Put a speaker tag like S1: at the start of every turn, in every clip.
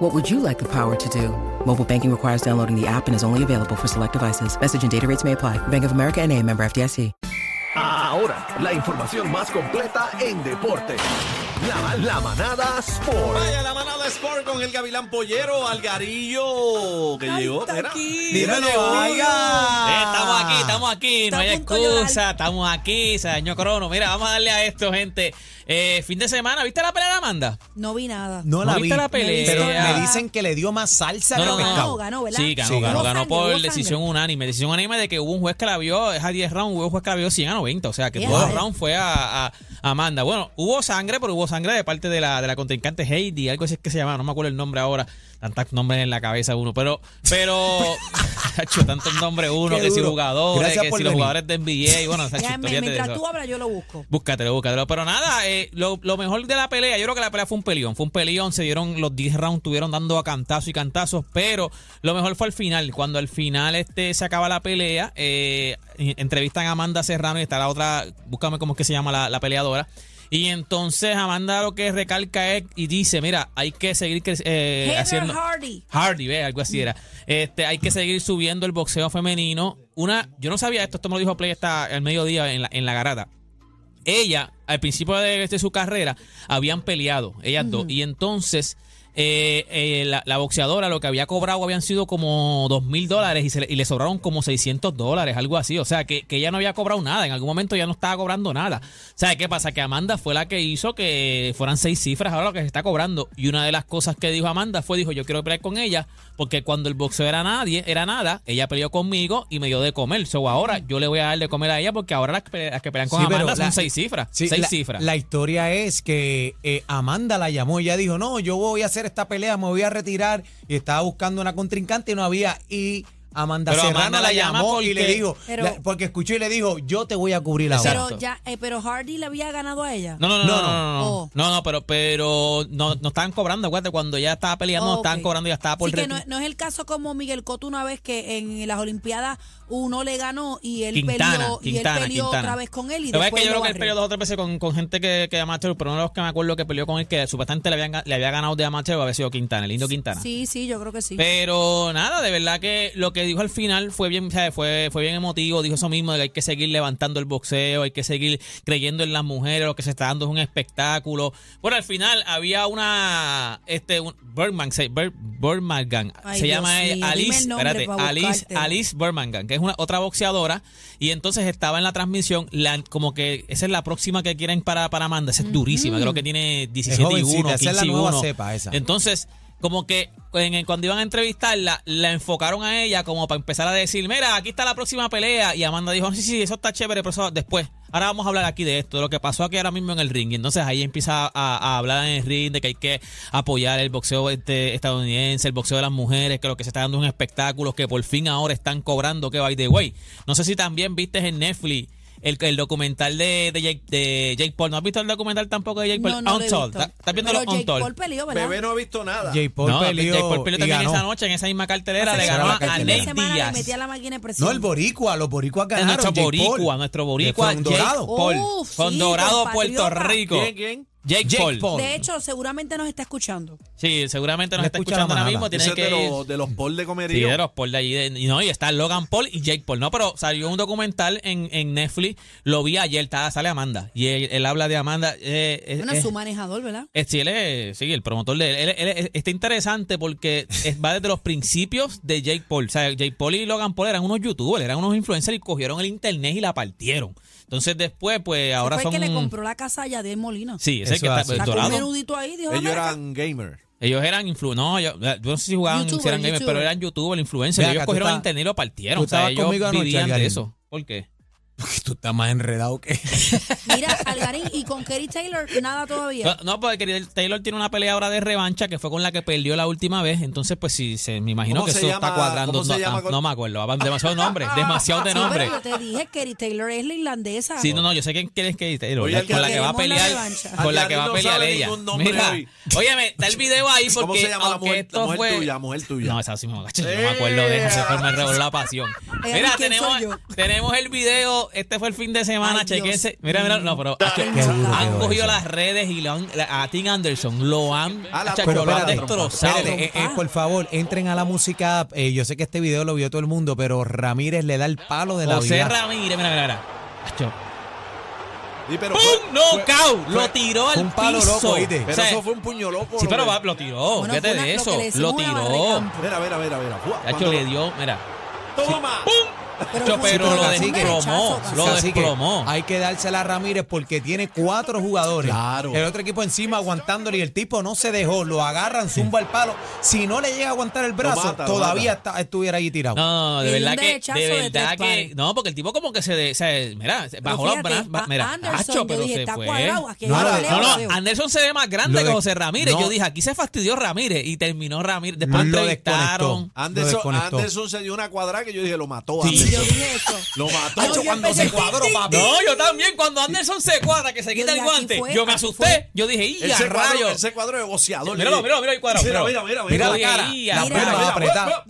S1: What would you like the power to do? Mobile banking requires downloading the app and is only available for select devices. Message and data rates may apply. Bank of America and a member FDIC.
S2: Ahora, la información más completa en deporte. La, la manada Sport.
S3: Vaya la manada Sport con el Gavilán Pollero, Algarillo, que
S4: Ay,
S3: llegó.
S4: está
S3: mira.
S4: aquí.
S3: Dímelo,
S4: Dímelo,
S3: oiga. Ah.
S5: Eh, Estamos aquí, estamos aquí,
S4: Ah. Está
S5: no hay
S4: a punto de llorar.
S5: excusa, estamos aquí, se dañó Crono. Mira, vamos a darle a esto, gente. Eh, fin de semana, ¿viste la pelea de Amanda?
S4: No vi nada.
S6: No la
S5: ¿No
S6: vi.
S5: viste la pelea?
S6: Pero
S5: Ah.
S6: me dicen que le dio más salsa
S5: No,
S6: que
S5: no, no.
S6: pescado.
S4: ganó, ¿verdad?
S5: Sí, ganó,
S6: Sí,
S5: ganó,
S6: ganó.
S5: ganó
S4: Hubo
S5: por
S4: sangre, hubo
S5: decisión
S4: sangre.
S5: unánime. Decisión unánime de que hubo un juez que la vio, es a 10 rounds, hubo un juez que la vio 100 a 90. O sea, que
S4: Yeah.
S5: todos los rounds fue a, a- a Amanda. Bueno, hubo sangre, pero hubo sangre de parte de la, de la contrincante Heidi, algo así es que se llamaba, no me acuerdo el nombre ahora. Tantos nombres en la cabeza de uno, pero, pero, hecho tantos nombres uno,
S6: Qué
S5: que si
S6: duro.
S5: jugadores,
S6: Gracias
S5: que
S6: por
S5: si los
S6: venir.
S5: jugadores de NBA, y bueno, Sacho,
S4: Ya, me-
S5: olvídate de
S4: mientras
S5: eso.
S4: tú hablas, yo lo busco.
S5: Búscatelo, búscatelo. Pero nada, eh, lo, lo mejor de la pelea, yo creo que la pelea fue un peleón. Fue un peleón, se dieron los 10 rounds, estuvieron dando a cantazos y cantazos, pero lo mejor fue al final. Cuando al final este, se acaba la pelea, eh, entrevistan a Amanda Serrano y está la otra, búscame cómo es que se llama la, la peleadora. Y entonces Amanda lo que recalca es y dice, mira, hay que seguir cre- eh,
S4: Heather
S5: haciendo...
S4: Hardy.
S5: Hardy, ve, algo así era. Este, hay que seguir subiendo el boxeo femenino. Una, yo no sabía esto, esto me lo dijo Play hasta el mediodía en la, en la garata. Ella, al principio de, de su carrera, habían peleado, ellas dos. Y entonces, eh, eh, la, la boxeadora lo que había cobrado habían sido como dos mil dólares y, se le- y le sobraron como 600 dólares, algo así. O sea, que, que ella no había cobrado nada. En algún momento ya no estaba cobrando nada. O sea, ¿qué pasa? Que Amanda fue la que hizo que fueran seis cifras ahora lo que se está cobrando. Y una de las cosas que dijo Amanda fue, dijo, yo quiero pelear con ella porque cuando el boxeo era nadie, era nada, ella peleó conmigo y me dio de comer. So, ahora yo le voy a dar de comer a ella porque ahora las, pele- las que pelean con
S6: Sí, pero
S5: Amanda son
S6: la-
S5: seis cifras.
S6: Sí,
S5: seis
S6: la,
S5: cifras.
S6: la historia es que eh, Amanda la llamó y ella dijo, no, yo voy a hacer esta pelea, me voy a retirar. Y estaba buscando una contrincante y no había. Y Amanda
S5: Pero
S6: Serrano
S5: Amanda
S6: la
S5: la llama
S6: llamó y le
S5: porque-
S6: dijo,
S4: Pero-
S6: la- porque escuchó y le dijo, yo te voy a cubrir la hora.
S4: Pero, ya, eh, pero Hardy le había ganado a ella.
S5: No, no, no, no,
S6: No,
S5: no, no, no,
S4: Oh.
S5: no, no, pero, pero no, no estaban cobrando, acuérdate, cuando ya estaba peleando, no
S4: Ok.
S5: estaban cobrando, ya estaba por
S4: Así que
S5: reti-
S4: no, no es el caso como Miguel Cotto una vez que en las Olimpiadas uno le ganó y él
S5: Quintana,
S4: peleó, y
S5: Quintana,
S4: él peleó
S5: Quintana.
S4: otra vez con él y
S5: Lo que pasa es
S4: después
S5: que yo
S4: lo
S5: creo que él
S4: barrió.
S5: peleó dos o tres veces con, con gente que, que amateur, pero uno de los que me acuerdo que peleó con él, que supuestamente le, habían, le había ganado de amateur, había sido Quintana, el lindo Quintana.
S4: Sí, sí, yo creo que sí.
S5: Pero nada, de verdad que lo que dijo al final fue bien, ¿sabes? Fue, fue bien emotivo, dijo eso mismo de que hay que seguir levantando el boxeo, hay que seguir creyendo en las mujeres, lo que se está dando es un espectáculo. Bueno, al final había una este un, Bergman, se, Ber- Bermangan,
S4: Ay,
S5: se
S4: Dios
S5: llama
S4: mío,
S5: ella,
S4: dime
S5: Alice,
S4: el nombre
S5: espérate,
S4: pa'
S5: Alice,
S4: buscártelo.
S5: Alice Bermangan, que es una otra boxeadora y entonces estaba en la transmisión, la- como que esa es la próxima que quieren para para Amanda, esa es durísima, creo que tiene 17 y 1,
S6: jovencita, esa es la
S5: 15 y
S6: nueva
S5: 1.
S6: cepa, esa.
S5: Entonces, como que en, en- cuando iban a entrevistarla, la enfocaron a ella como para empezar a decir, mira, aquí está la próxima pelea. Y Amanda dijo, "Ah, sí, sí, eso está chévere, pero eso después. Ahora vamos a hablar aquí de esto, de lo que pasó aquí ahora mismo en el ring. Y entonces ahí empieza a, a hablar en el ring de que hay que apoyar el boxeo este, estadounidense, el boxeo de las mujeres, que lo que se está dando es un espectáculo, que por fin ahora están cobrando, que by the way. No sé si también viste en Netflix el, el documental de, de, Jake, de Jake Paul. ¿No has visto el documental tampoco de Jake Paul?
S4: no, no lo he
S5: Untold.
S4: visto.
S5: ¿Estás estás viendo
S4: Pero
S5: los
S4: Jake
S5: Untold?
S4: Paul peleó, ¿verdad?
S3: Bebé no ha visto nada.
S6: Jake Paul
S5: no,
S6: peleó,
S5: Jake Paul peleó
S6: y
S5: también
S6: ganó.
S5: esa noche en esa misma cartelera.
S4: Esa
S5: Le
S6: Esa
S5: ganó
S6: era la
S5: a
S4: semana-
S6: cartelera.
S4: esa
S5: Nate
S4: semana le
S5: Díaz.
S4: metí a la máquina de presión.
S6: No, el boricua, los boricuas
S5: Es
S6: ganaron.
S5: nuestro
S6: Jake Paul.
S5: boricua, nuestro boricua
S6: Le fue un
S5: Jake
S6: dorado.
S5: Paul.
S4: Uf,
S5: con
S4: Oh, sí,
S5: Dorado,
S4: compatriota.
S5: Puerto Rico.
S3: ¿Quién, quién?
S5: Jake,
S6: Jake
S5: Paul.
S6: Paul.
S4: De hecho, seguramente nos está escuchando.
S5: Sí, seguramente nos
S6: No
S5: está
S6: escucha la
S5: escuchando ahora
S6: manada.
S5: mismo.
S3: Ese
S5: Tiene
S3: es
S5: que
S3: de, los-
S5: ir.
S3: de los Paul de
S5: Sí,
S3: comerío.
S5: de los Paul de allí. de- y no, y está Logan Paul y Jake Paul. No, pero salió un documental en, en Netflix. Lo vi ayer. Está, sale Amanda. Y él, él habla de Amanda. eh, eh,
S4: Bueno,
S5: eh,
S4: su manejador, ¿verdad?
S5: Eh, Sí, él es, sí, el promotor de él. Él- él es- está interesante porque es- va desde los principios de Jake Paul. O sea, Jake Paul y Logan Paul eran unos youtubers, eran unos influencers y cogieron el internet y la partieron. Entonces después, pues ahora
S4: Fue
S5: son...
S4: el que le compró la casa a Yadier Molina.
S5: Sí, ese
S6: Eso
S5: que está
S6: hace.
S5: pues,
S6: La
S4: Sacó un
S5: dorado.
S4: menudito ahí, dijo,
S3: Ellos
S4: "Dame acá".
S3: eran gamer.
S5: Ellos eran influ no, yo, yo no sé si jugaban, si
S4: Youtuber,
S5: eran gamers,
S4: youtuber.
S5: pero eran youtubers, influencers.
S6: Ve
S5: ellos
S6: acá, tú
S5: cogieron el
S6: estabas-
S5: internet y lo partieron.
S6: tú
S5: O sea,
S6: estabas
S5: ellos
S6: conmigo anoche,
S5: vivían de
S6: Algarín.
S5: eso. ¿Por qué?
S6: Tú estás más enredado que.
S4: Mira, Algarín, y con Kerry Taylor, nada todavía.
S5: No, no, porque Taylor tiene una pelea ahora de revancha que fue con la que perdió la última vez. Entonces, pues sí, se, me imagino
S3: ¿Cómo
S5: que
S3: se
S5: eso
S3: llama-
S5: está cuadrando.
S3: cómo se
S5: no, ah,
S3: llama
S5: no,
S3: con-
S5: no me acuerdo. Demasiado nombre, demasiado de
S4: Sí,
S5: nombre.
S4: Ah, pero yo te dije, Kerry Taylor es la irlandesa.
S5: Sí, no, no, yo sé quién quién es que Taylor.
S3: Oye,
S5: la-
S3: el que
S5: con la que va a
S4: queremos la
S5: pelear.
S4: revancha.
S5: Con la
S3: Al
S5: que va a
S3: Gabriel no
S5: pelear
S3: sabe
S5: ella.
S3: ningún nombre
S5: Mira,
S3: hoy.
S5: Óyeme, está el video ahí porque.
S3: ¿Cómo se llama la
S5: aunque
S3: mujer-
S5: esto
S3: la mujer
S5: fue-
S3: tuya, mujer tuya? Eh.
S5: No, esa sí me macho, yo no me acuerdo de esa. Se fue me revoló la pasión.
S4: Ay,
S5: Mira,
S4: ¿quién
S5: tenemos,
S4: soy yo?
S5: tenemos el video. Este fue el fin de semana.
S4: Ay, Dios
S5: chequense. Mira, mira, no, pero. hacho,
S4: Qué duro
S5: han
S6: quedó
S5: cogido
S6: eso.
S5: las redes y lo han, a Tim Anderson lo han,
S3: A Ah, la
S5: hacho,
S3: Pero
S5: lo han
S3: espérate,
S5: destrozado. Ah,
S6: espérate, eh, eh, por favor, entren a la música. app. Eh, yo sé que este video lo vio todo el mundo, pero Ramírez le da el palo de la
S5: José
S6: vida.
S5: Ramírez, mira, mira, mira. Hacho,
S3: Sí, pero, fue-
S5: ¡Pum! ¡Knockout!
S6: fue-
S5: Lo tiró
S6: fue
S5: al
S6: un palo
S5: piso.
S6: loco, ¿oíste?
S3: pero
S5: O sea,
S3: eso fue un puño loco.
S5: Sí,
S3: ¿no?
S5: pero va- lo tiró.
S4: Bueno,
S5: fíjate
S4: fue una-
S5: de
S4: lo que
S5: eso.
S4: le decimos
S5: Lo
S4: una
S5: tiró.
S4: barricampa.
S3: Mira, mira, mira, mira. Fua,
S5: Cacho
S3: cuando-
S5: le dio, mira.
S3: ¡Toma!
S4: Pero,
S5: Cho,
S4: fue-
S5: pero
S4: fue
S5: lo
S4: un
S6: cacique.
S4: derechazo,
S5: desplomó,
S4: cacique.
S5: lo
S6: Así que
S5: desplomó.
S6: hay que dársela a Ramírez porque tiene cuatro jugadores.
S3: Claro.
S6: El otro equipo encima aguantándole y el tipo no se dejó. Lo agarran, zumba el palo. Si no le llega a aguantar el brazo,
S3: mata, lo
S6: todavía está- estuviera ahí tirado.
S5: No, no,
S4: Le
S5: de
S4: dio
S5: verdad
S4: un
S5: que.
S4: derechazo
S5: De
S4: de
S5: verdad
S4: tres
S5: que.
S4: pares.
S5: No, porque el tipo como que se. de- se- mira, se bajó los
S4: fíjate,
S5: brazos.
S4: a-
S5: Mira,
S4: Anderson,
S5: Hacho,
S4: yo
S5: pero
S4: dije,
S5: se
S4: está
S5: fue.
S4: cuadrado, aquí hay
S5: No,
S6: un
S5: no,
S6: leo,
S5: no,
S4: leo.
S5: Anderson se ve más
S6: Lo
S5: grande que
S6: de-
S5: José Ramírez.
S6: no.
S5: Yo dije, aquí se fastidió Ramírez y terminó Ramírez. Después
S6: Lo
S5: entrevistaron.
S6: desconectó. Lo
S3: Anderson,
S6: desconectó.
S3: Anderson se dio una cuadrada que yo dije, lo mató.
S5: Sí,
S4: Y yo
S3: Anderson.
S4: dije eso.
S3: Lo mató.
S4: Ay, yo empecé, tin, tin, tin.
S5: No, yo también, cuando Anderson se cuadra, que se quita el
S4: dije, aquí
S5: guante,
S4: fue,
S5: yo me
S4: aquí
S5: asusté. Yo dije, ¡y
S3: Ese
S5: a
S3: cuadro-
S5: rayos!
S3: Ese cuadro de boxeador.
S5: Míralo, míralo, míralo el cuadro,
S3: Mira,
S5: míralo.
S3: mira, mira.
S6: Mira
S5: Oye,
S6: la cara.
S5: y
S6: la
S4: mira,
S6: pierna
S4: mira,
S6: apretada.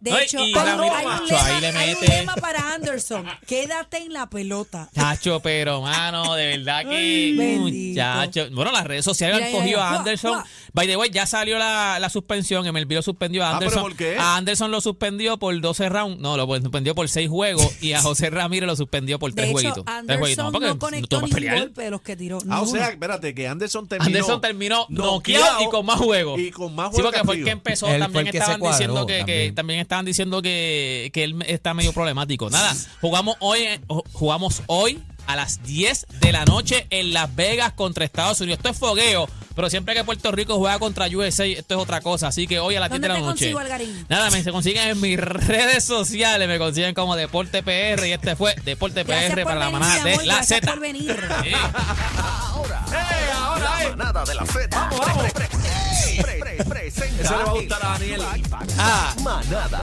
S4: De
S5: No,
S4: hecho,
S5: y
S4: hay,
S5: la
S4: un-
S5: mira,
S4: hay un
S5: macho,
S4: lema,
S5: ahí le
S4: hay un
S5: mete.
S4: lema para Anderson. Quédate en la pelota.
S5: Chacho, pero mano, de verdad que.
S4: Ay, bendito.
S5: Muchacho. Bueno, las redes sociales
S4: Mira,
S5: han
S4: mira,
S5: cogido
S4: mira.
S5: a
S4: Guau,
S5: Anderson.
S4: guau.
S5: By the way, ya salió la, la suspensión. Emelví lo suspendió a
S3: Ah, ¿pero
S5: Anderson.
S3: por qué?
S5: A Anderson lo suspendió por 12 rounds. No, lo suspendió por 6 juegos. y a José Ramírez lo suspendió por 3
S4: De hecho,
S5: jueguitos. Tres jueguitos.
S4: Anderson
S5: porque
S4: no
S5: tú
S4: conectó
S5: vas
S4: ni un
S5: a pelear.
S4: golpe de los que tiró.
S3: Ah, o
S4: ninguno.
S3: sea, espérate, que Anderson terminó.
S5: Anderson terminó noqueado y con más juegos.
S3: Y con más
S5: Sí,
S3: juegos.
S5: porque fue el que
S3: castigo.
S5: empezó.
S6: Él fue
S5: También
S6: el que se
S5: estaban,
S6: cuadró,
S5: diciendo que, que-
S6: también.
S5: también estaban diciendo que, que él está medio problemático. Nada, jugamos hoy, eh, jugamos hoy a las 10 de la noche en Las Vegas contra Estados Unidos. Esto es fogueo, pero siempre que Puerto Rico juega contra USA, esto es otra cosa. Así que hoy a las 10 de
S4: ¿Dónde
S5: la
S4: te
S5: noche.
S4: consigo, Algarín?
S5: Nada, me se consiguen en mis redes sociales. Me consiguen como Deporte PR y este fue Deporte
S4: Gracias
S5: PR
S4: por
S5: para la
S4: venir,
S5: manada
S4: mi
S5: de
S4: amor,
S5: la
S4: gracias
S5: Z.
S4: por venir.
S5: Sí.
S2: Ahora, la manada de la Z. Vamos, vamos. Presenta.
S3: Ese le va a gustar a Daniel.
S2: Manada.